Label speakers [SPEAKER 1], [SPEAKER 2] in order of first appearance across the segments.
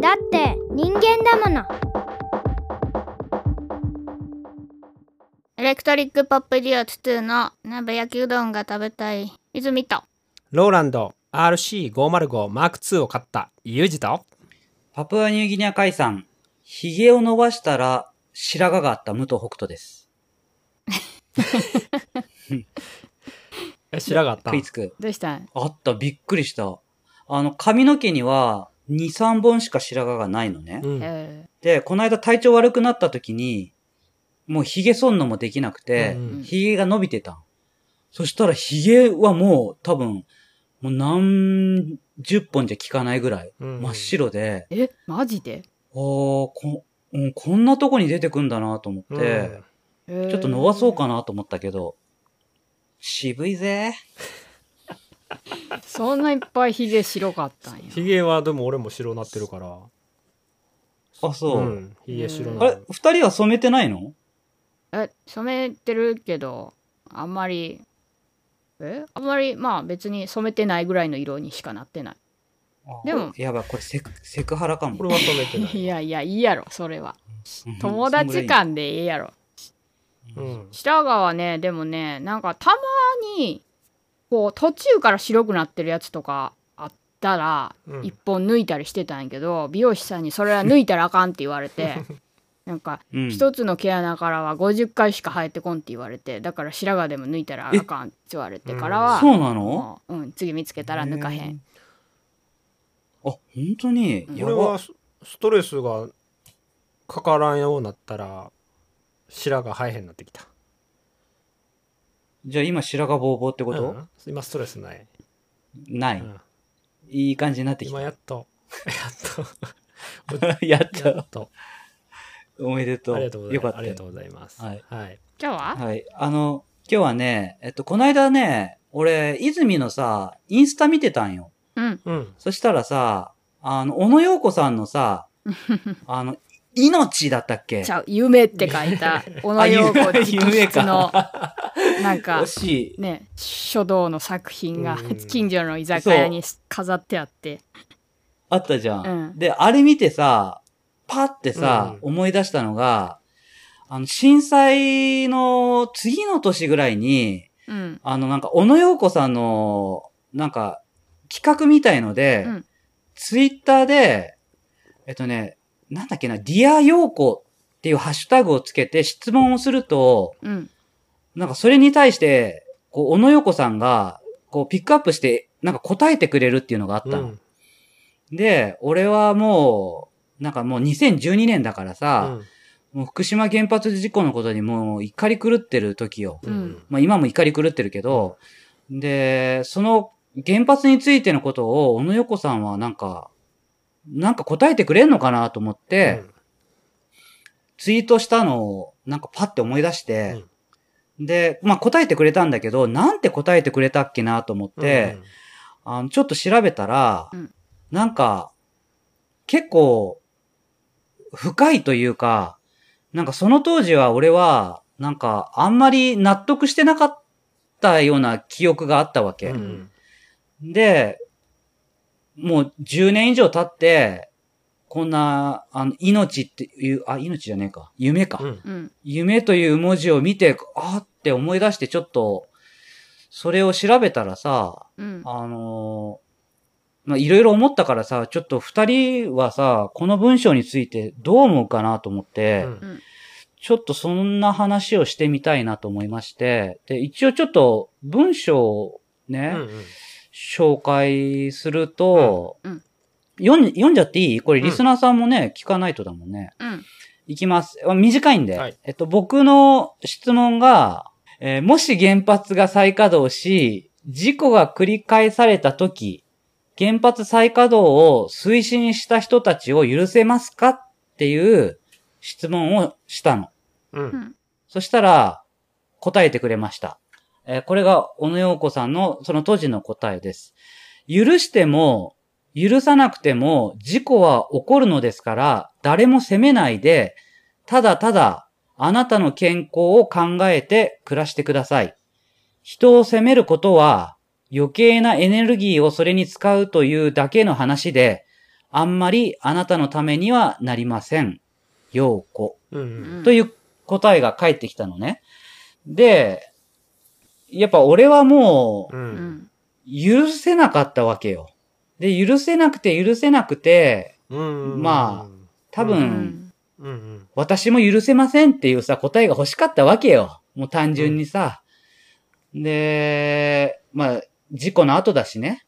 [SPEAKER 1] だって人間だもの
[SPEAKER 2] エレクトリックポップデュオ2の鍋焼きうどんが食べたい泉と
[SPEAKER 3] ローランド RC505M2 を買ったユージと
[SPEAKER 4] パプアニューギニア海産、髭を伸ばしたら白髪があった武藤北斗です。
[SPEAKER 3] え白があった
[SPEAKER 4] 食いつく。
[SPEAKER 2] どうしたん
[SPEAKER 4] あった、びっくりした。あの、髪の毛には2、3本しか白髪がないのね。
[SPEAKER 3] うん
[SPEAKER 2] え
[SPEAKER 4] で、この間体調悪くなった時に、もう髭剃んのもできなくて
[SPEAKER 3] う、ん
[SPEAKER 4] 髭が伸びてたん。そしたら髭はもう多分、もう何十本じゃ効かないぐらい
[SPEAKER 3] うん
[SPEAKER 4] 真っ白で、
[SPEAKER 2] えマジで、
[SPEAKER 4] あーこ、うんこんなとこに出てくんだなと思って、ちょっと伸ばそうかなと思ったけど、渋いぜ。
[SPEAKER 2] そんないっぱいひげ白かっ たんや
[SPEAKER 3] ひげはでも俺も白なってるから
[SPEAKER 4] あ、そう。
[SPEAKER 3] ん、ひげ白な
[SPEAKER 4] あれ、二人は染めてないの
[SPEAKER 2] え染めてるけどあんまりえあんまりまあ別に染めてないぐらいの色にしかなってないでも
[SPEAKER 4] やばい、これセクセクハラかも。
[SPEAKER 3] これは止めてない
[SPEAKER 2] いやいやいいやろそれは
[SPEAKER 4] うん
[SPEAKER 2] 友達。間でええやろ
[SPEAKER 3] うん
[SPEAKER 2] 白髪はねでもねなんかたまにこう途中から白くなってるやつとかあったら
[SPEAKER 3] うん
[SPEAKER 2] 一本抜いたりしてたんやけど、美容師さんにそれは抜いたらあかんって言われ てなんか
[SPEAKER 4] うん
[SPEAKER 2] 一つの毛穴からは50回しか生えてこんって言われてだから白髪でも抜いたらあかんって言われてからは、
[SPEAKER 4] そうなの
[SPEAKER 2] もううん、次見つけたら抜かへん。
[SPEAKER 4] あ、本当に
[SPEAKER 2] うん
[SPEAKER 4] や
[SPEAKER 3] 俺
[SPEAKER 4] ば
[SPEAKER 3] は。スストレスがかからんようになったら白が生えへんなってきた
[SPEAKER 4] じゃあ今白髪ボーボーってこと、
[SPEAKER 3] うん今ストレスない、
[SPEAKER 4] ない、
[SPEAKER 3] うん
[SPEAKER 4] いい感じになってき
[SPEAKER 3] 今
[SPEAKER 4] た。
[SPEAKER 3] やっとやっ
[SPEAKER 4] や っ
[SPEAKER 3] とや
[SPEAKER 4] た
[SPEAKER 3] っ。と
[SPEAKER 4] おめでとう。
[SPEAKER 3] ありがとうござい
[SPEAKER 4] よか
[SPEAKER 3] ま
[SPEAKER 4] っ
[SPEAKER 3] す
[SPEAKER 4] た
[SPEAKER 3] あり
[SPEAKER 4] よ
[SPEAKER 3] がとうございます
[SPEAKER 4] はい
[SPEAKER 3] はい
[SPEAKER 2] 今日は、
[SPEAKER 4] はい。あの、今日はね、えっと、こないだね、俺、泉のさ、インスタ見てたんよ。
[SPEAKER 2] うん。
[SPEAKER 3] うん
[SPEAKER 4] そしたらさ、あの、小野洋子さんの さ、あの、命だったっけ
[SPEAKER 2] ちゃう、夢って書 いた、小野洋子直筆の、なんか
[SPEAKER 4] 惜、し
[SPEAKER 2] ね、書道の作品が
[SPEAKER 3] うん
[SPEAKER 2] 近所の居酒屋に飾ってあって、
[SPEAKER 4] あったじゃん。
[SPEAKER 2] うん
[SPEAKER 4] で、あれ見てさ、パってさ、
[SPEAKER 3] う
[SPEAKER 4] 思い出したのが、あの、震災の次の年ぐらいに、
[SPEAKER 2] うん。
[SPEAKER 4] あの、なんか、小野洋子さんの、なんか、企画みたいので、
[SPEAKER 2] うん
[SPEAKER 4] ツイッターで、えっとね、なんだっけな、ディア洋子っていうハッシュタグをつけて質問をすると、
[SPEAKER 2] うん。
[SPEAKER 4] なんかそれに対して、こう、小野洋子さんが、こう、ピックアップして、なんか答えてくれるっていうのがあった
[SPEAKER 3] う
[SPEAKER 4] の。
[SPEAKER 3] ん
[SPEAKER 4] で、俺はもう、なんかもう2012年だからさ、もう福島原発事故のことにもう怒り狂ってる時よ。
[SPEAKER 3] うんうん
[SPEAKER 4] まあ今も怒り狂ってるけど、で、その原発についてのことを、小野洋子さんはなんか、なんか答えてくれんのかなと思って、ツイートしたのを、なんかパッて思い出して、で、まあ答えてくれたんだけど、なんて答えてくれたっけなと思っ
[SPEAKER 3] うん
[SPEAKER 4] て、あの、ちょっと調べたら、
[SPEAKER 2] うん
[SPEAKER 4] なんか、結構、深いというか、なんかその当時は俺は、なんかあんまり納得してなかったような記憶があったわ
[SPEAKER 3] う
[SPEAKER 4] け。
[SPEAKER 3] んうん
[SPEAKER 4] で、もう10年以上経って、こんな、あの、命っていう、あ、命じゃねえか。夢か。
[SPEAKER 3] うん
[SPEAKER 2] うん。
[SPEAKER 4] 夢という文字を見て、あーって思い出してちょっと、それを調べたらさ、
[SPEAKER 2] うん。
[SPEAKER 4] あのーまあ、いろいろ思ったからさ、ちょっと二人はさ、この文章についてどう思うかなと思って、
[SPEAKER 3] うん
[SPEAKER 4] ちょっとそんな話をしてみたいなと思いまして、で、一応ちょっと文章をね、
[SPEAKER 3] うんうん
[SPEAKER 4] 紹介すると、
[SPEAKER 2] うんうん
[SPEAKER 4] 読ん読んじゃっていいこれ
[SPEAKER 3] うん
[SPEAKER 4] リスナーさんもね、聞かないとだもんね。
[SPEAKER 2] うん。
[SPEAKER 4] いきます。あ短いんで。
[SPEAKER 3] はい
[SPEAKER 4] えっと、僕の質問が、えーもし原発が再稼働し、事故が繰り返された時、原発再稼働を推進した人たちを許せますかっていう質問をしたの。
[SPEAKER 3] うん
[SPEAKER 2] うん
[SPEAKER 4] そしたら、答えてくれました。えーこれが、小野洋子さんの、その当時の答えです。許しても、許さなくても、事故は起こるのですから、誰も責めないで、ただただ、あなたの健康を考えて暮らしてください。人を責めることは、余計なエネルギーをそれに使うというだけの話で、あんまりあなたのためにはなりません。ようこ。
[SPEAKER 3] うんう。
[SPEAKER 2] うんん
[SPEAKER 4] という答えが返ってきたのね。で、やっぱ俺はも
[SPEAKER 3] う。
[SPEAKER 4] う、
[SPEAKER 2] うんん
[SPEAKER 4] 許せなかったわけよ。で、許せなくて許せなくて、
[SPEAKER 3] うん。
[SPEAKER 4] ま多
[SPEAKER 2] う
[SPEAKER 4] 分、
[SPEAKER 2] ん
[SPEAKER 3] あ。うんうん。
[SPEAKER 4] 私も許せませんっていうさ、答えが欲しかったわけよ。もう単純にさ。で、まあ、事故の後だしね。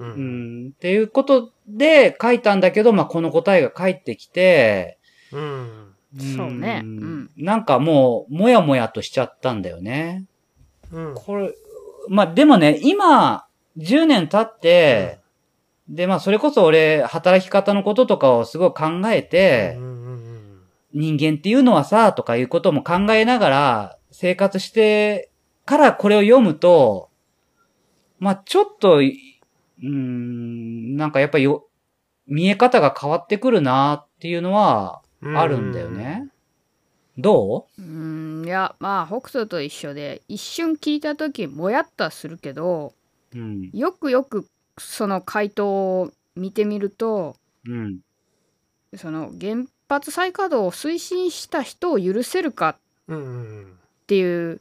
[SPEAKER 3] う。
[SPEAKER 4] うんん、っていうことで書いたんだけど、まあ、この答えが返ってきて、
[SPEAKER 3] うん。
[SPEAKER 4] ん
[SPEAKER 2] そうねうん
[SPEAKER 4] なんかもう、もやもやとしちゃったんだよね。
[SPEAKER 3] うん。
[SPEAKER 4] これ、まあ、でもね、今、10年経って、で、まあ、それこそ俺、働き方のこととかをすごい考えて、
[SPEAKER 3] うんうん
[SPEAKER 4] 人間っていうのはさ、とかいうことも考えながら生活してからこれを読むと、まあ、ちょっと、いうーん、なんかやっぱよ、見え方が変わってくるなっていうのは
[SPEAKER 3] う
[SPEAKER 4] あるんだよね。ど
[SPEAKER 2] うんいやまあ北斗と一緒で一瞬聞いた時もやっとはするけど
[SPEAKER 4] ううん。
[SPEAKER 2] よくよくその回答を見てみると
[SPEAKER 4] うん。
[SPEAKER 2] その原発再稼働を推進した人を許せるか
[SPEAKER 3] うんうん
[SPEAKER 2] っていう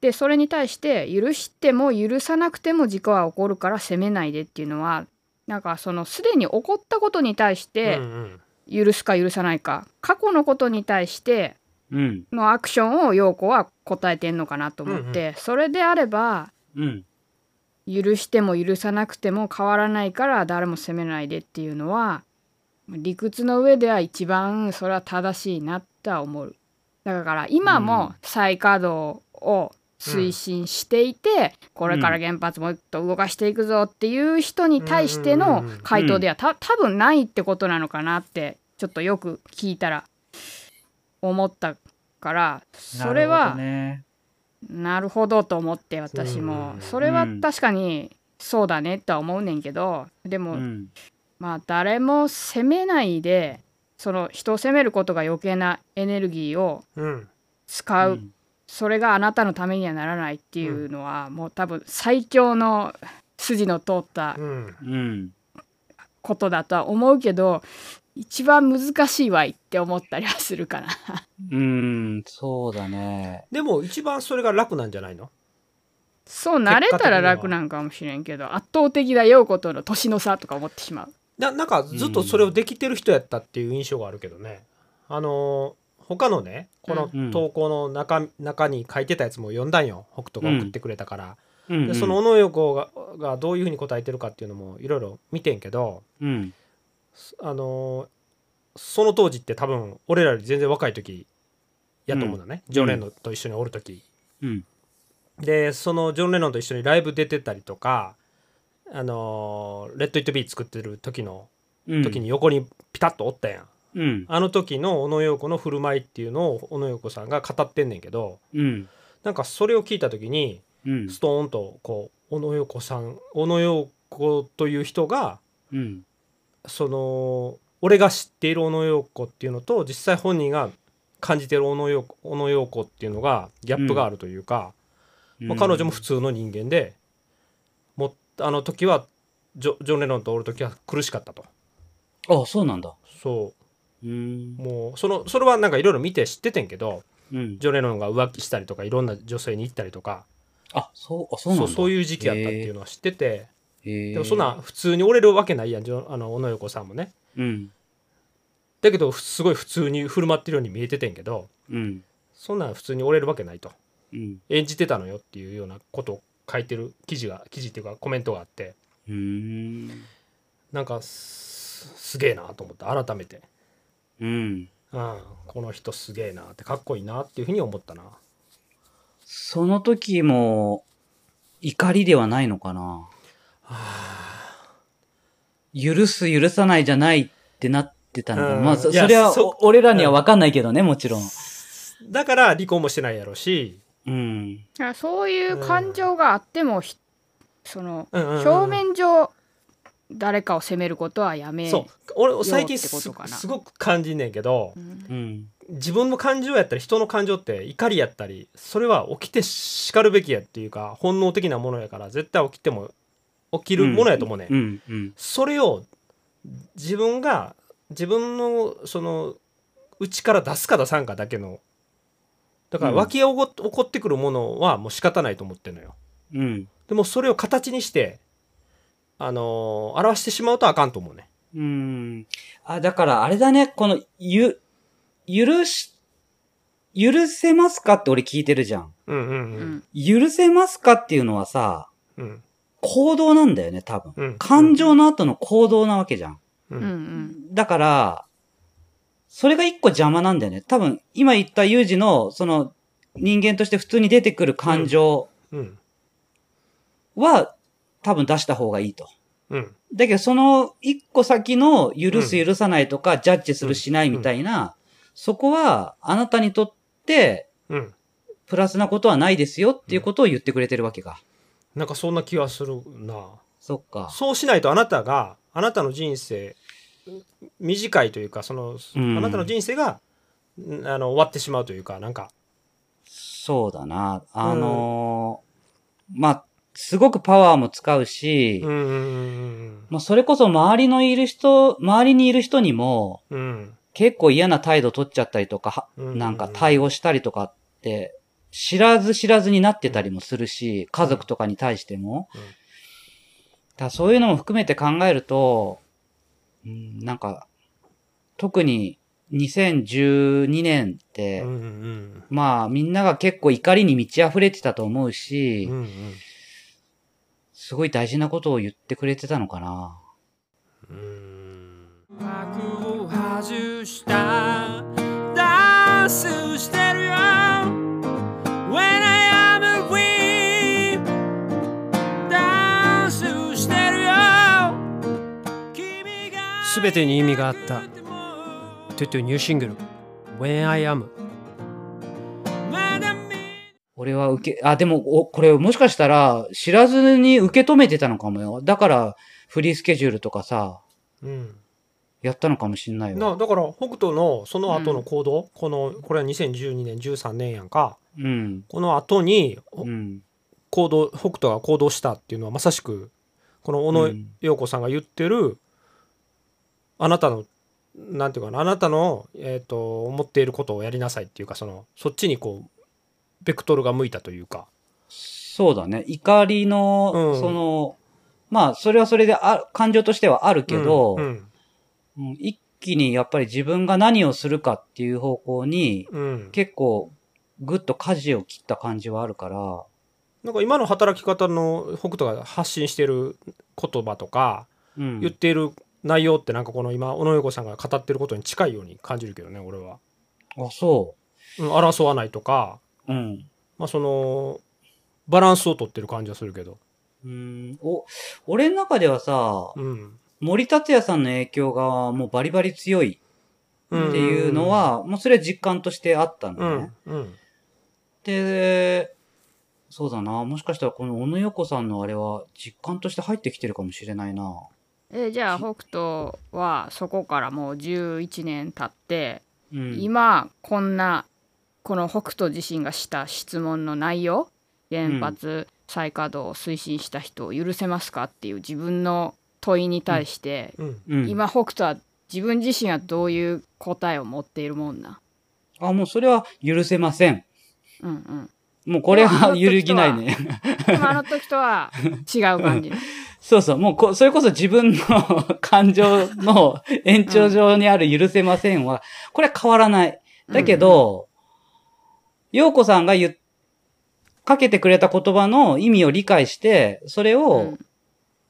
[SPEAKER 2] でそれに対して許しても許さなくても事故は起こるから責めないでっていうのはなんかそのすでに起こったことに対し
[SPEAKER 3] うん。
[SPEAKER 2] て
[SPEAKER 3] うんうん
[SPEAKER 2] 許すか許さないか過去のことに対して
[SPEAKER 4] うん。
[SPEAKER 2] のアクションを陽子は答えてんのかなと思って、それであれば
[SPEAKER 4] うん。
[SPEAKER 2] 許しても許さなくても変わらないから誰も責めないでっていうのは理屈の上では一番それは正しいなっては思うだから今
[SPEAKER 4] う
[SPEAKER 2] も
[SPEAKER 4] ん
[SPEAKER 2] 再稼働を推進していて、これから原発もっと動かしていくぞっていう人に対して
[SPEAKER 3] うん
[SPEAKER 2] の
[SPEAKER 3] うんうんうん
[SPEAKER 2] 回答ではた多分ないってことなのかなってちょっとよく聞いたら思ったからそ
[SPEAKER 4] な
[SPEAKER 2] れ
[SPEAKER 4] るほ
[SPEAKER 2] は
[SPEAKER 4] どね。
[SPEAKER 2] なるほどと思って私も
[SPEAKER 3] うん
[SPEAKER 2] それは
[SPEAKER 4] うん
[SPEAKER 2] 確かにそうだねとは思うねんけどで
[SPEAKER 4] う
[SPEAKER 2] も、
[SPEAKER 4] ん。
[SPEAKER 2] まあ誰も責めないでその人を責めることが余計なエネルギーを
[SPEAKER 3] うん。
[SPEAKER 2] 使う、
[SPEAKER 4] うん
[SPEAKER 2] それがあなたのためにはならないっていうのは、もう多分最強の筋の通った
[SPEAKER 3] うん。
[SPEAKER 4] うん。
[SPEAKER 2] ことだとは思うけど一番難しいわいって思ったりはする かな。
[SPEAKER 4] うん。そうだね。
[SPEAKER 3] でも一番それが楽なんじゃないの
[SPEAKER 2] そう慣れたら楽なんかもしれんけど圧倒的な陽子との年の差とか思ってしまう。
[SPEAKER 3] ななんかずっとそれをできてる人やったっていう印象があるけどね。あのー他のねこの
[SPEAKER 4] うん
[SPEAKER 3] 投稿の中,、中に書いてたやつも読んだんよ北斗が送ってくれたから、
[SPEAKER 4] うんうん
[SPEAKER 3] でその小、野陽子ががどういうふうに答えてるかっていうのもいろいろ見てんけど、
[SPEAKER 4] うん。
[SPEAKER 3] あのーその当時って多分俺らより全然若い時やと思うのね、ジョン・レノンと一緒におる時、
[SPEAKER 4] うん。
[SPEAKER 3] でそのジョン・レノンと一緒にライブ出てたりとかあのーレッド・イット・ビー作ってる時の
[SPEAKER 4] うん。
[SPEAKER 3] 時に横にピタッとおったやん、
[SPEAKER 4] うん。
[SPEAKER 3] あの時の小野陽子の振る舞いっていうのを小野陽子さんが語ってんねんけど
[SPEAKER 4] うん。
[SPEAKER 3] なんかそれを聞いた時に
[SPEAKER 4] うん。
[SPEAKER 3] ストーンとこう小野陽子さん小野陽子という人が
[SPEAKER 4] うん。
[SPEAKER 3] その俺が知っている小野陽子っていうのと実際本人が感じている小野陽子小野陽子っていうのがギャップがあるというか、まあ、彼女も普通の人間でもうあの時はジョジョン・レノンとおる時は苦しかったと
[SPEAKER 4] あ、そうなんだ。。
[SPEAKER 3] そううんもうそのそれはなんかいろいろ見て知っててんけど
[SPEAKER 4] うん。
[SPEAKER 3] ジョン・レノンが浮気したりとかいろんな女性に行ったりとか
[SPEAKER 4] あ、そう、あ、そ
[SPEAKER 3] そうう
[SPEAKER 4] なんだ。
[SPEAKER 3] そういう時期やったっていうのは知ってて、
[SPEAKER 4] へえ。
[SPEAKER 3] でもそんな普通に折れるわけないやんジョンあの小野横さんもね
[SPEAKER 4] うん。
[SPEAKER 3] だけどすごい普通に振る舞ってるように見えててんけど
[SPEAKER 4] うん。
[SPEAKER 3] そんなん普通に折れるわけないと
[SPEAKER 4] うん。
[SPEAKER 3] 演じてたのよっていうようなことを書いてる記事が記事っていうかコメントがあって
[SPEAKER 4] うーん。
[SPEAKER 3] なんかすすげえなと思って改めて、
[SPEAKER 4] うん。
[SPEAKER 3] うん、この人すげえなってかっこいいなっていうふうに思ったな
[SPEAKER 4] その時も、怒りではないのかな。許す、許さないじゃないってなってたのかな。
[SPEAKER 3] うん
[SPEAKER 4] まあ、そ
[SPEAKER 3] いや
[SPEAKER 4] それは
[SPEAKER 3] そ、
[SPEAKER 4] お俺らには分かんないけどね、もちろん。
[SPEAKER 3] だから離婚もしてないやろうし、
[SPEAKER 4] うん。
[SPEAKER 2] だからそういう感情があっても、ひその
[SPEAKER 3] うんうんうん
[SPEAKER 2] 表面上誰かを責めることはやめ
[SPEAKER 3] そう俺最近
[SPEAKER 2] よってこ
[SPEAKER 3] す
[SPEAKER 2] とかな
[SPEAKER 3] すごく感じんねんけど
[SPEAKER 2] うん
[SPEAKER 4] うん。
[SPEAKER 3] 自分の感情やったり人の感情って怒りやったりそれは起きてしかるべきやっていうか本能的なものやから絶対起きても起きるものやと思うねん
[SPEAKER 4] うん。うん。
[SPEAKER 3] それを自分が自分のその内から出すか出さんかだけのだから
[SPEAKER 4] うん
[SPEAKER 3] 湧き起こ起こってくるものはもう仕方ないと思ってるのよ
[SPEAKER 4] うん。
[SPEAKER 3] でもそれを形にしてあのー表してしまうとあかんと思うね
[SPEAKER 4] うん。あ、だからあれだね、この、ゆ、許し、許せますかって俺聞いてるじゃん。
[SPEAKER 3] うんう
[SPEAKER 2] うん
[SPEAKER 3] うん
[SPEAKER 2] ん
[SPEAKER 4] 許せますかっていうのはさ、
[SPEAKER 3] うん
[SPEAKER 4] 行動なんだよね、多分。
[SPEAKER 3] うん
[SPEAKER 4] 感情の後の行動なわけじゃん。
[SPEAKER 3] う
[SPEAKER 2] うんうんん
[SPEAKER 4] だから、それが一個邪魔なんだよね。多分、今言ったユージの、その、人間として普通に出てくる感情
[SPEAKER 3] うん
[SPEAKER 4] は、多分出した方がいいと。
[SPEAKER 3] うん
[SPEAKER 4] だけど、その一個先の許す
[SPEAKER 3] うん
[SPEAKER 4] 許さないとか、ジャッジするしないみたいな、そこは、あなたにとって、
[SPEAKER 3] うん
[SPEAKER 4] プラスなことはないですよっていうことを言ってくれてるわけか。
[SPEAKER 3] なんかそんな気はするな
[SPEAKER 4] そっか。
[SPEAKER 3] そうしないとあなたがあなたの人生短いというかその、
[SPEAKER 4] うん
[SPEAKER 3] あなたの人生がんあの終わってしまうというかなんか
[SPEAKER 4] そうだな。あのーまあ、すごくパワーも使うし、
[SPEAKER 3] うんうん
[SPEAKER 4] まあ、それこそ周りのいる人、周りにいる人にも、
[SPEAKER 3] うんうん
[SPEAKER 4] 結構嫌な態度取っちゃったりとか、
[SPEAKER 3] うんうん
[SPEAKER 4] は
[SPEAKER 3] うん
[SPEAKER 4] なんか対応したりとかって、知らず知らずになってたりもするし、家族とかに対しても。
[SPEAKER 3] うん
[SPEAKER 4] だからそういうのも含めて考えると、うんなんか、特に2012年って、
[SPEAKER 3] うんうん
[SPEAKER 4] まあみんなが結構怒りに満ち溢れてたと思うし、
[SPEAKER 3] うんうん
[SPEAKER 4] すごい大事なことを言ってくれてたのかな。
[SPEAKER 3] うん
[SPEAKER 5] 幕を外したダンスしてるよ When I am a queen ダンスしてるよ君が
[SPEAKER 3] すべてに意味があったトゥトゥニューシングル「When I Am
[SPEAKER 5] まだ見
[SPEAKER 4] 俺は受け、あ、でも、お、これもしかしたら、知らずに受け止めてたのかもよ。だから、フリースケジュールとかさ、」
[SPEAKER 3] うん、
[SPEAKER 4] やったのかもしんない
[SPEAKER 3] な
[SPEAKER 4] わ。
[SPEAKER 3] だから北斗のその後の行動、このこれは2012年13年やんか
[SPEAKER 4] うん。
[SPEAKER 3] この後に
[SPEAKER 4] うん。
[SPEAKER 3] 行動北斗が行動したっていうのはまさしくこの小
[SPEAKER 4] う
[SPEAKER 3] 野
[SPEAKER 4] ん
[SPEAKER 3] 陽子さんが言ってる、あなたのなんていうかなあなたの、えー、と思っていることをやりなさいっていうかそのそっちにこうベクトルが向いたというか、
[SPEAKER 4] そうだね。怒りの、
[SPEAKER 3] うん
[SPEAKER 4] その、まあ、それはそれであ、感情としてはあるけど、
[SPEAKER 3] うんうん
[SPEAKER 4] うん一気にやっぱり自分が何をするかっていう方向に、
[SPEAKER 3] うん
[SPEAKER 4] 結構、ぐっと舵を切った感じはあるから、
[SPEAKER 3] なんか今の働き方の北斗が発信してる言葉とか、
[SPEAKER 4] うん。
[SPEAKER 3] 言っている内容ってなんかこの今小野陽子さんが語ってることに近いように感じるけどね俺は、
[SPEAKER 4] あ、そ
[SPEAKER 3] うん。争わないとか、
[SPEAKER 4] う。うん。
[SPEAKER 3] まあ、そのバランスをとってる感じはするけど。
[SPEAKER 4] うん、お、俺の中ではさ、
[SPEAKER 3] うん
[SPEAKER 4] 森達也さんの影響がもうバリバリ強いっていうの、は、もうそれは実感としてあったんだ
[SPEAKER 3] う
[SPEAKER 4] ね。
[SPEAKER 3] んうん
[SPEAKER 4] で、そうだな。もしかしたらこの小野横さんのあれは実感として入ってきてるかもしれないな。
[SPEAKER 2] えじゃあ北斗はそこからもう11年経って、
[SPEAKER 4] うん。
[SPEAKER 2] 今こんなこの北斗自身がした質問の内容原発再稼働を推進した人を許せますかっていう自分の問いに対して、
[SPEAKER 3] うん
[SPEAKER 4] うん、
[SPEAKER 2] 今北斗は自分自身はどういう答えを持っているもんな
[SPEAKER 4] あ、もうそれは許せません。
[SPEAKER 2] うんうん
[SPEAKER 4] もうこ れは
[SPEAKER 2] でも
[SPEAKER 4] 揺るぎないね。
[SPEAKER 2] でもあの時とは違う感じ
[SPEAKER 4] そうそう。もうこ、それこそ自分の感情の 延長上にある許せませんは、これは変わらない。だけど、陽子さんが言っ、かけてくれた言葉の意味を理解して、それ
[SPEAKER 2] う
[SPEAKER 4] を
[SPEAKER 2] ん、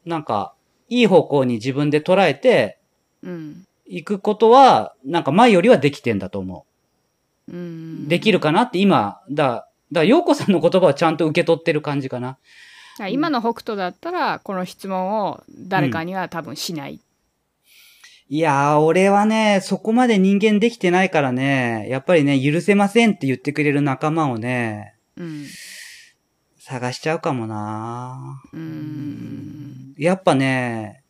[SPEAKER 4] なんか、いい方向に自分で捉えて
[SPEAKER 2] うん
[SPEAKER 4] いくことは、なんか前よりはできてんだと思
[SPEAKER 2] う
[SPEAKER 4] う。
[SPEAKER 2] ん
[SPEAKER 4] できるかなって今、だ、だ、陽子さんの言葉をちゃんと受け取ってる感じかな。
[SPEAKER 2] だから今の北斗だったらこの質問を誰かには多分しない、
[SPEAKER 4] いやー、俺はね、そこまで人間できてないからね、やっぱりね、許せませんって言ってくれる仲間をね、
[SPEAKER 2] うん
[SPEAKER 4] 探しちゃうかもな
[SPEAKER 2] うーん
[SPEAKER 4] やっぱね、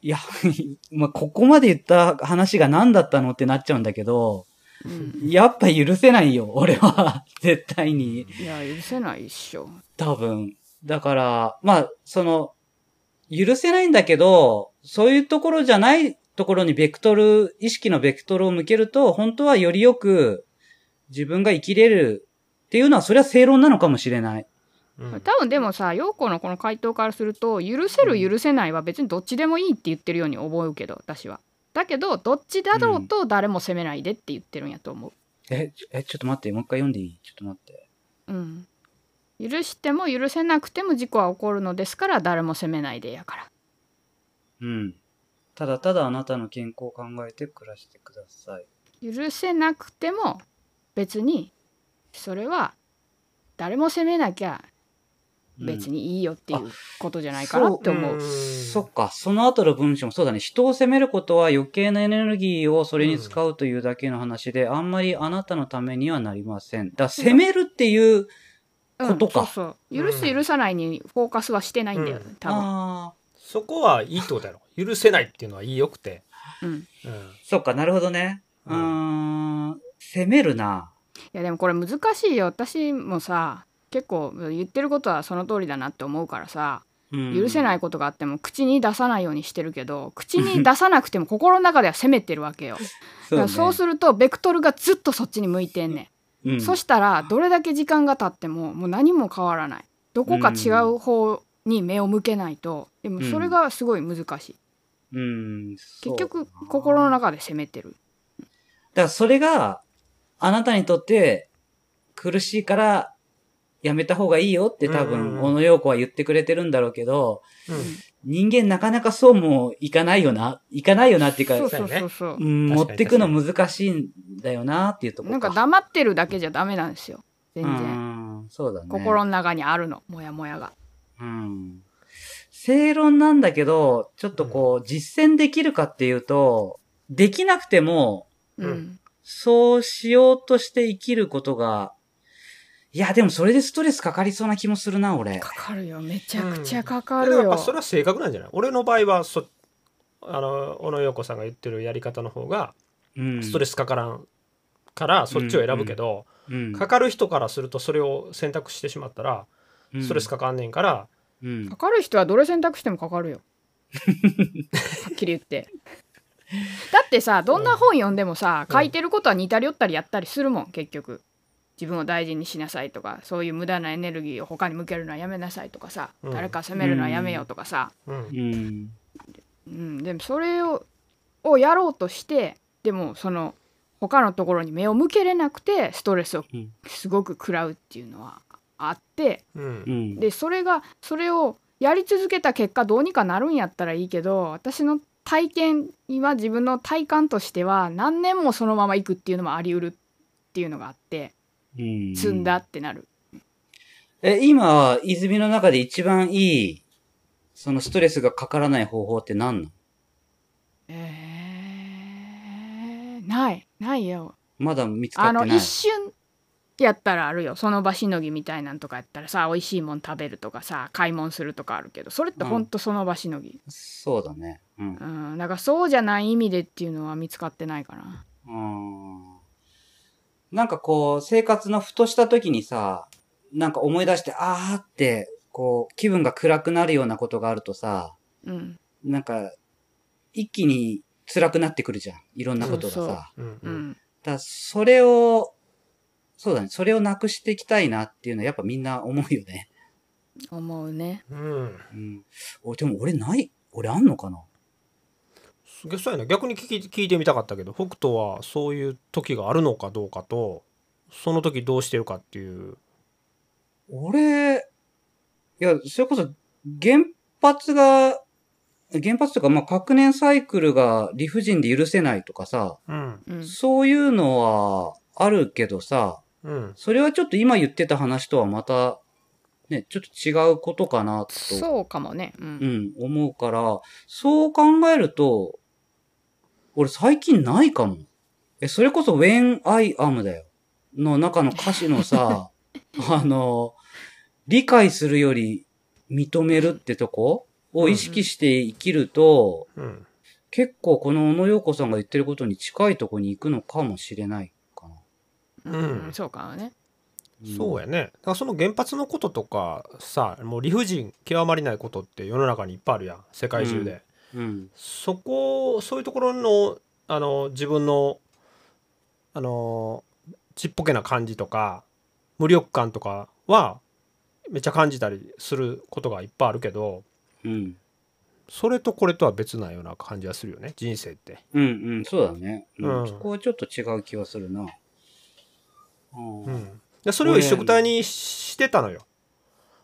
[SPEAKER 4] いや、 まあ、ここまで言った話が何だったのってなっちゃうんだけど、
[SPEAKER 2] うん
[SPEAKER 4] やっぱ許せないよ、俺は。 絶対に。
[SPEAKER 2] いや許せないっしょ
[SPEAKER 4] 多分。だから、まあ、その、許せないんだけど、そういうところじゃないところにベクトル、意識のベクトルを向けると、本当はよりよく自分が生きれるっていうのは、それは正論なのかもしれない。
[SPEAKER 3] うん
[SPEAKER 2] 多分でもさ陽子のこの回答からすると許せる許せないは別にどっちでもいいって言ってるように思うけど私はだけどどっちだろうと誰も責めないでって言ってるんやと思
[SPEAKER 4] え、ちょえ、ちょっと待って、もう一回読んでいいちょっと待って。
[SPEAKER 2] ううん許しても許せなくても事故は起こるのですから誰も責めないでやから
[SPEAKER 4] うん。ただただあなたの健康を考えて暮らしてください。
[SPEAKER 2] 許せなくても別にそれは誰も責めなきゃ別
[SPEAKER 4] に。
[SPEAKER 2] にいいよっていうことじゃないかなって思
[SPEAKER 3] う
[SPEAKER 2] う。
[SPEAKER 3] ん
[SPEAKER 4] そっか、その後の文章もそうだね。人を責めることは余計なエネルギーをそれに使うというだけの話で、あんまりあなたのためにはなりません。だから責めるっていう、
[SPEAKER 2] う
[SPEAKER 4] うん
[SPEAKER 2] ん
[SPEAKER 4] ことか
[SPEAKER 2] そうそう
[SPEAKER 3] うん
[SPEAKER 2] 許す許さないにフォーカスはしてないんだよ、
[SPEAKER 3] う
[SPEAKER 2] 多分。
[SPEAKER 4] ああ、
[SPEAKER 3] そこはいいってことやろ許せないっていうのはいいよくて、
[SPEAKER 2] うん、い
[SPEAKER 3] うん
[SPEAKER 4] そっか、なるほどね。う
[SPEAKER 3] う
[SPEAKER 4] ーん、責めるな。
[SPEAKER 2] やでもこれ難しいよ。私もさ結構言ってることはその通りだなって思うからさ
[SPEAKER 4] うん
[SPEAKER 2] 許せないことがあっても口に出さないようにしてるけど口に出さなくても心の中では責めてるわ けよ。
[SPEAKER 4] そ
[SPEAKER 2] だから
[SPEAKER 4] ね
[SPEAKER 2] そうするとベクトルがずっとそっちに向いてんねん。
[SPEAKER 4] うん
[SPEAKER 2] そしたらどれだけ時間が経ってももう何も変わらないどこか違う方に目を向けないとでもそれがすごい難しい、
[SPEAKER 4] うん、そう
[SPEAKER 2] 結局心の中で攻めてる
[SPEAKER 4] だからそれが、あなたにとって苦しいからやめた方がいいよって多
[SPEAKER 3] うん
[SPEAKER 4] 分、
[SPEAKER 3] うん
[SPEAKER 4] 小野洋子は言ってくれてるんだろうけど、
[SPEAKER 3] うん
[SPEAKER 4] 人間なかなかそうもいかないよな、いかないよなっていうか、
[SPEAKER 2] そう
[SPEAKER 4] う
[SPEAKER 2] そうそうそう、
[SPEAKER 4] ん、
[SPEAKER 3] 確
[SPEAKER 4] 持
[SPEAKER 3] かに
[SPEAKER 4] ってくの難しいんだよなっていうところ
[SPEAKER 2] なんか黙ってるだけじゃダメなんですよ全然、
[SPEAKER 4] うんそうだね。
[SPEAKER 2] 心の中にあるのモヤモヤが
[SPEAKER 4] うん。正論なんだけど、ちょっとこう、実践できるかっていうと、できなくても、
[SPEAKER 2] うん、
[SPEAKER 3] うん
[SPEAKER 4] そうしようとして生きることが、いや、でもそれでストレスかかりそうな気もするな、俺。
[SPEAKER 2] かかるよめちゃくちゃかか
[SPEAKER 3] で
[SPEAKER 2] る
[SPEAKER 3] もやっ
[SPEAKER 2] よ、
[SPEAKER 3] ぱそれは正確なんじゃない俺の場合はそあの小野洋子さんが言ってるやり方の方が
[SPEAKER 4] うん。
[SPEAKER 3] ストレ
[SPEAKER 4] ス。
[SPEAKER 3] スかからんからそっちを選ぶけど、
[SPEAKER 4] うん。
[SPEAKER 3] かかる人からするとそれを選択してしまったらストレスかかんねんから、
[SPEAKER 4] うん
[SPEAKER 2] か。かる人はどれ選択してもかかるよはっきり言ってだってさどんな本読んでもさ、
[SPEAKER 3] うん
[SPEAKER 2] 書いてることは似たり寄ったりやったりするもん結局自分を大事にしなさいとかそういう無駄なエネルギーを他に向けるのはやめなさいとかさ、
[SPEAKER 3] うん
[SPEAKER 2] 誰か責めるのはやめようとかさ、
[SPEAKER 3] うん
[SPEAKER 4] うん。
[SPEAKER 2] うん、でもそれををやろうとしてでもその他のところに目を向けれなくてストレスを
[SPEAKER 4] うん
[SPEAKER 2] すごく食らうっていうのはあって、
[SPEAKER 3] うん
[SPEAKER 4] うん。
[SPEAKER 2] でそれがそれをやり続けた結果どうにかなるんやったらいいけど私の体験今自分の体感としては何年もそのまま行くっていうのもあり得るっていうのがあって
[SPEAKER 4] うん
[SPEAKER 2] 積んだってなる、
[SPEAKER 4] え、今、泉の中で一番いい、そのストレスがかからない方法って何なの
[SPEAKER 2] えーないないよ
[SPEAKER 4] まだ見つか
[SPEAKER 2] あ
[SPEAKER 4] ってな
[SPEAKER 2] の
[SPEAKER 4] い。
[SPEAKER 2] 一瞬やったらあるよその場しのぎみたいなんとかやったらさ美味しいもん食べるとかさ買い物するとかあるけどそれってほんとその場しのぎ、
[SPEAKER 4] そうだね。うん。
[SPEAKER 2] うん、だからそうじゃない意味でっていうのは見つかってないかな
[SPEAKER 4] うんなんかこう、生活のふとした時にさ、なんか思い出して、あーって、こう、気分が暗くなるようなことがあるとさ、
[SPEAKER 2] うん
[SPEAKER 4] なんか、一気に辛くなってくるじゃん。いろんなことがさ。
[SPEAKER 2] そうそう
[SPEAKER 4] だか
[SPEAKER 3] うんう
[SPEAKER 2] うんん
[SPEAKER 4] らそれを、そうだね。それをなくしていきたいなっていうのはやっぱみんな思うよね。
[SPEAKER 2] 思うね
[SPEAKER 3] うん
[SPEAKER 4] うん。おでも俺ない、俺あんのかな
[SPEAKER 3] すげえそうやな逆に聞き聞いてみたかったけど北斗はそういう時があるのかどうかとその時どうしてるかっていう
[SPEAKER 4] 俺、いや、それこそ原発が、原発とか、まあ、核燃サイクルが理不尽で許せないとかさ、
[SPEAKER 3] うん
[SPEAKER 2] うん
[SPEAKER 4] そういうのはあるけどさ、
[SPEAKER 3] うん
[SPEAKER 4] それはちょっと今言ってた話とはまた、ね、ちょっと違うことかなと、
[SPEAKER 2] そうかもね。う。
[SPEAKER 4] うんん、思うから、そう考えると、俺最近ないかも。え、それこそ When I Am だよ。の中の歌詞のさ、あの、理解するより認めるってとこを意識して生きると、
[SPEAKER 3] うん
[SPEAKER 4] 結構この小野洋子さんが言ってることに近いとこに行くのかもしれないかな。
[SPEAKER 3] うん
[SPEAKER 2] そうかもね。
[SPEAKER 3] そう
[SPEAKER 4] や。
[SPEAKER 3] やねだからその原発のこととかさもう理不尽極まりないことって世の中にいっぱいあるやん世界中で、
[SPEAKER 4] うん。
[SPEAKER 3] そこそういうところのあの自分のあのちっぽけな感じとか無力感とかはめっちゃ感じたりすることがいっぱいあるけど
[SPEAKER 4] うん。
[SPEAKER 3] それとこれとは別なような感じはするよね人生って。
[SPEAKER 4] うんうん、そうだね。うん
[SPEAKER 3] うん
[SPEAKER 4] そこはちょっと違う気はするな。うん。
[SPEAKER 3] う
[SPEAKER 4] うん
[SPEAKER 3] ん、でそれを一色体にしてたのよ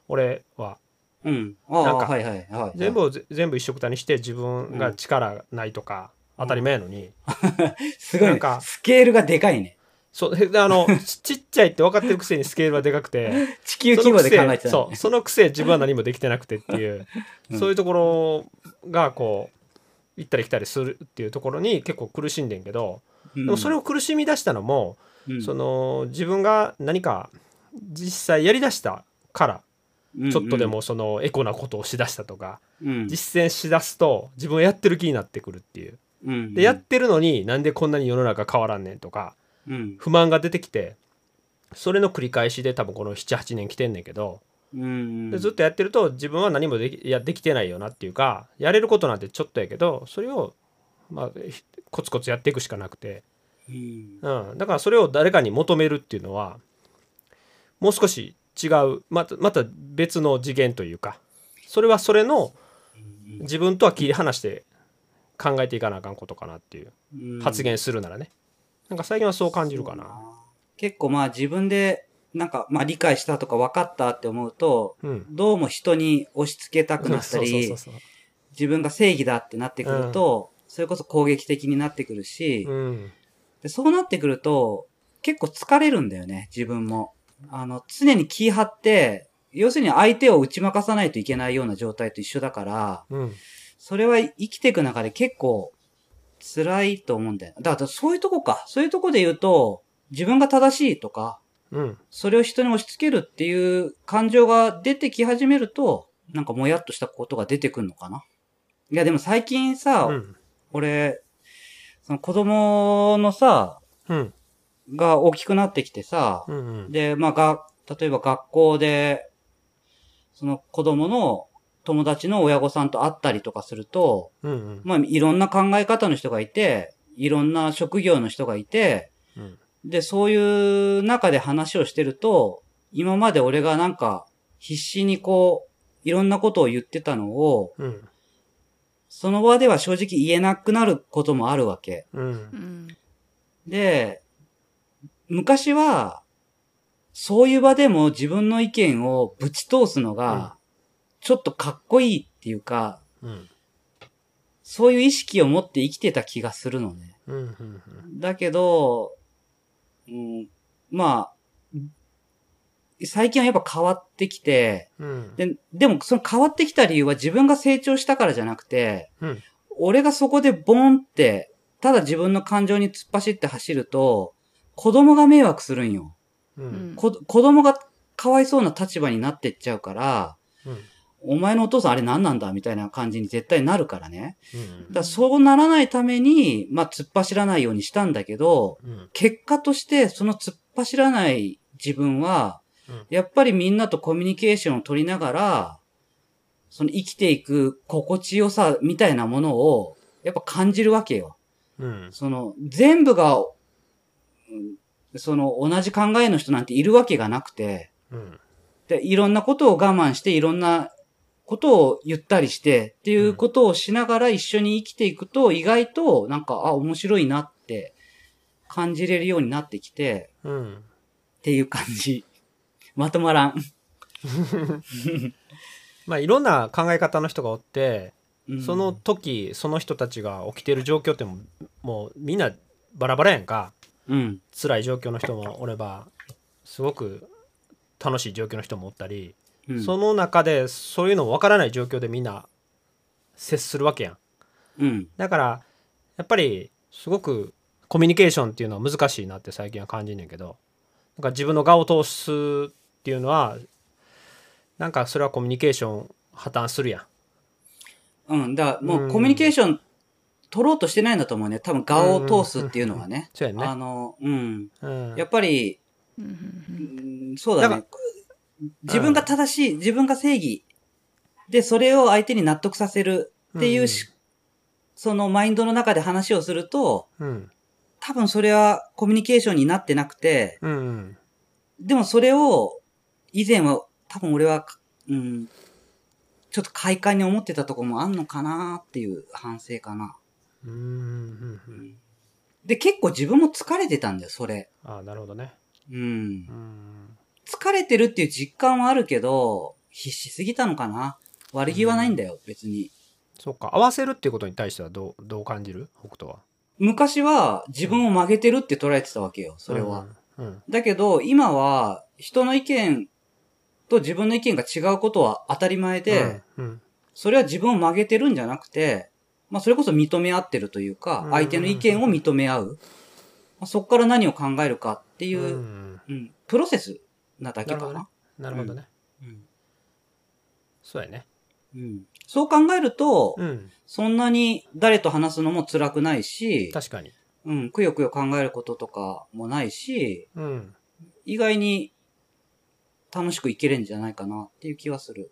[SPEAKER 3] 俺は。。
[SPEAKER 4] あ
[SPEAKER 3] な
[SPEAKER 4] あ、
[SPEAKER 3] んか
[SPEAKER 4] はいはいはい。
[SPEAKER 3] 全部をぜ全部一色体にして自分が力ないとか当たり前やのに、
[SPEAKER 4] すごい
[SPEAKER 3] な
[SPEAKER 4] ね
[SPEAKER 3] んか
[SPEAKER 4] スケールがでかいね。
[SPEAKER 3] そうであ のちちっちゃいって分かってるくせにスケールはでかくて。
[SPEAKER 4] 地球規模で考えてた
[SPEAKER 3] そのくせそうそのくせ自分は何もできてなくてっていう、
[SPEAKER 4] うん
[SPEAKER 3] そういうところがこう行ったり来たりするっていうところに結構苦しんでんけど、
[SPEAKER 4] う。
[SPEAKER 3] でもそれ
[SPEAKER 4] を、
[SPEAKER 3] を苦しみ出したのも、
[SPEAKER 4] うん
[SPEAKER 3] その自分が何か実際やりだしたからちょっとで、もそのエコなことをしだしたとか、
[SPEAKER 4] うんうん
[SPEAKER 3] 実践しだすと自分はやってる気になってくるっていう
[SPEAKER 4] うん
[SPEAKER 3] でやってるのになんでこんなに世の中変わらんねんとか
[SPEAKER 4] うん
[SPEAKER 3] 不満が出てきてそれの繰り返しで多分この78年来てんねんけど、
[SPEAKER 4] うん。
[SPEAKER 3] でずっとやってると自分は何もできいやできてないよなっていうかやれることなんてちょっとやけどそれを、まあ、ひコツコツやっていくしかなくて、
[SPEAKER 4] うん。
[SPEAKER 3] うん、だからそれを誰かに求めるっていうのはもう少し違うまたまた別の次元というかそれはそれの自分とは切り離して考えていかなあかんことかなっていう
[SPEAKER 4] うん
[SPEAKER 3] 発言するならね、なんか最近はそう感じるかな。
[SPEAKER 4] 結構まあ自分で、なんかまあ理解したとか分かったって思うと、
[SPEAKER 3] うん
[SPEAKER 4] どうも人に押し付けたくなった
[SPEAKER 3] そうそうそ
[SPEAKER 4] り
[SPEAKER 3] う、そう
[SPEAKER 4] 自分が正義だってなってくると、それこそ攻撃的になってくるし、
[SPEAKER 3] うん
[SPEAKER 4] で、そうなってくると、結構疲れるんだよね、自分も。あの、常に気張って、要するに相手を打ち負かさないといけないような状態と一緒だから、
[SPEAKER 3] うん
[SPEAKER 4] それは生きていく中で結構辛いと思うんだよ。だからそういうとこか。そういうとこで言うと、自分が正しいとか、
[SPEAKER 3] うん
[SPEAKER 4] それを人に押し付けるっていう感情が出てき始めると、なんかもやっとしたことが出てくるのかな。いや、でも最近さ、
[SPEAKER 3] うん
[SPEAKER 4] 俺、その子供のさ、
[SPEAKER 3] うん
[SPEAKER 4] が大きくなってきてさ、
[SPEAKER 3] うんうん
[SPEAKER 4] で、まあが、例えば学校で、その子供の友達の親御さんと会ったりとかすると、
[SPEAKER 3] うんうん
[SPEAKER 4] まあいろんな考え方の人がいて、いろんな職業の人がいて、
[SPEAKER 3] うん
[SPEAKER 4] で、そういう中で話をしてると、今まで俺がなんか必死にこう、いろんなことを言ってたのを、
[SPEAKER 3] うん
[SPEAKER 4] その場では正直言えなくなることもあるわけ。
[SPEAKER 3] うん
[SPEAKER 2] うん
[SPEAKER 4] で、昔は、そういう場でも自分の意見をぶち通すのが、ちょっとかっこいいっていうか、
[SPEAKER 3] うん
[SPEAKER 4] そういう意識を持って生きてた気がするのね。
[SPEAKER 3] うんうん
[SPEAKER 4] だけど、うん、まあ、最近はやっぱ変わってきて、
[SPEAKER 3] うん
[SPEAKER 4] で、でもその変わってきた理由は自分が成長したからじゃなくて、
[SPEAKER 3] うん
[SPEAKER 4] 俺がそこでボンって、ただ自分の感情に突っ走って走ると、子供が迷惑するんよ。
[SPEAKER 3] う
[SPEAKER 2] うんん
[SPEAKER 4] こ子供がかわいそうな立場になってっちゃうから、
[SPEAKER 3] うん
[SPEAKER 4] お前のお父さんあれ何なんだみたいな感じに絶対なるからね。
[SPEAKER 3] うん
[SPEAKER 4] だからそうならないために、まあ突っ走らないようにしたんだけど、
[SPEAKER 3] うん
[SPEAKER 4] 結果として、その突っ走らない自分は、
[SPEAKER 3] うん
[SPEAKER 4] やっぱりみんなとコミュニケーションを取りながら、その生きていく心地よさみたいなものを、やっぱ感じるわけよ。
[SPEAKER 3] うん
[SPEAKER 4] その、全部が、うんその、同じ考えの人なんているわけがなくて、
[SPEAKER 3] うん
[SPEAKER 4] で、いろんなことを我慢して、いろんなことを言ったりして、っていうことをしながら一緒に生きていくと、意外と、なんか、あ、面白いなって感じれるようになってきて、
[SPEAKER 3] うん
[SPEAKER 4] っていう感じ。 まとまらん。
[SPEAKER 3] まあいろんな考え方の人がおって
[SPEAKER 4] うん
[SPEAKER 3] その、時その人たちが起きてる状況ってもうもうみんなバラバラやんか
[SPEAKER 4] うん。
[SPEAKER 3] 辛い状況の人もおればすごく楽しい状況の人もおったり
[SPEAKER 4] うん、
[SPEAKER 3] その中でそういうの分からない状況でみんな接するわけやん
[SPEAKER 4] うん。
[SPEAKER 3] だからやっぱりすごくコミュニケーションっていうのは難しいなって最近は感じんねんけどなんか自分の顔を通すっていうのはなんかそれはコミュニケーション破綻するやん。
[SPEAKER 4] うん。だから、もううんコミュニケーション取ろうとしてないんだと思うね。多分、顔を通すっていうのはね。
[SPEAKER 3] そうやん
[SPEAKER 4] あ
[SPEAKER 3] ね。
[SPEAKER 4] の、うん。
[SPEAKER 3] うん
[SPEAKER 4] やっぱり、
[SPEAKER 2] うんうん
[SPEAKER 4] うんそうだ
[SPEAKER 3] だ
[SPEAKER 4] ね
[SPEAKER 3] か。
[SPEAKER 4] 自分が正しい、自分が正義。で、それを相手に納得させるっていうし、そのマインドの中で話をすると、
[SPEAKER 3] うん
[SPEAKER 4] 多分それはコミュニケーションになってなくて、
[SPEAKER 3] うんうん
[SPEAKER 4] でもそれを、以前は多分俺は、うん、ちょっと快感に思ってたとこもあんのかなっていう反省かな。
[SPEAKER 3] うんうんうん
[SPEAKER 4] で、結構自分も疲れてたんだよ、それ。
[SPEAKER 3] ああなるほどね
[SPEAKER 4] うん
[SPEAKER 3] う。ん
[SPEAKER 4] 疲れてるっていう実感はあるけど、必死すぎたのかな。悪気はないんだよ、別に。
[SPEAKER 3] そうか合わせるっていうことに対してはどうどう感じる北斗は
[SPEAKER 4] 昔は自分を曲げてるって捉えてたわけよ、それは。
[SPEAKER 3] うんうん
[SPEAKER 4] だけど、今は人の意見と自分の意見が違うことは当たり前で、
[SPEAKER 3] うん
[SPEAKER 4] それは自分を曲げてるんじゃなくて、まあそれこそ認め合ってるというか、
[SPEAKER 3] うん
[SPEAKER 4] 相手の意見を認め合う。まあ、そこから何を考えるかっていうう、うん
[SPEAKER 3] ん
[SPEAKER 4] プロセスなだけ
[SPEAKER 3] な
[SPEAKER 4] か
[SPEAKER 3] るほ
[SPEAKER 4] な
[SPEAKER 3] どねなるほどね
[SPEAKER 4] うん
[SPEAKER 3] そうやね
[SPEAKER 4] うんそう考えると、
[SPEAKER 3] うん
[SPEAKER 4] そんなに誰と話すのも辛くないし、
[SPEAKER 3] 確かに
[SPEAKER 4] うん、くよくよ考えることとかもないし、
[SPEAKER 3] うん
[SPEAKER 4] 意外に楽しくいけるんじゃないかなっていう気はする。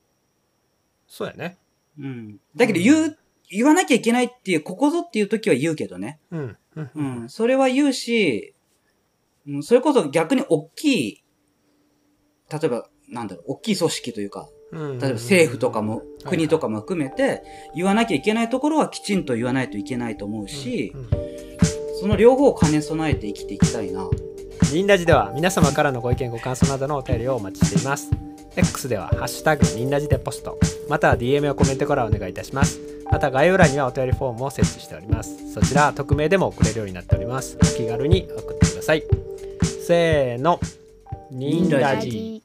[SPEAKER 3] そうやね
[SPEAKER 4] うん。だけど言う、言わなきゃいけないっていう、ここぞっていう時は言うけどね。
[SPEAKER 3] うんうん
[SPEAKER 4] う、ん。それは言うし、うん、それこそ逆に大きい、例えば、なんだろう、大きい組織というか、
[SPEAKER 3] うん、
[SPEAKER 4] 例えば政府とかも、
[SPEAKER 3] い
[SPEAKER 4] 国とかも含めて、言わなきゃいけないところはきちんと言わないといけないと思うし
[SPEAKER 3] う、ん
[SPEAKER 4] その両方を兼ね備えて生きていきたいな。
[SPEAKER 3] リンラジでは皆様からのご意見ご感想などのお便りをお待ちしています。X では「ハッシュタグリンラジでポスト」または DM やコメントからお願いいたします。また概要欄にはお便りフォームを設置しております。そちらは匿名でも送れるようになっております。お気軽に送ってください。せーの。リンラジ。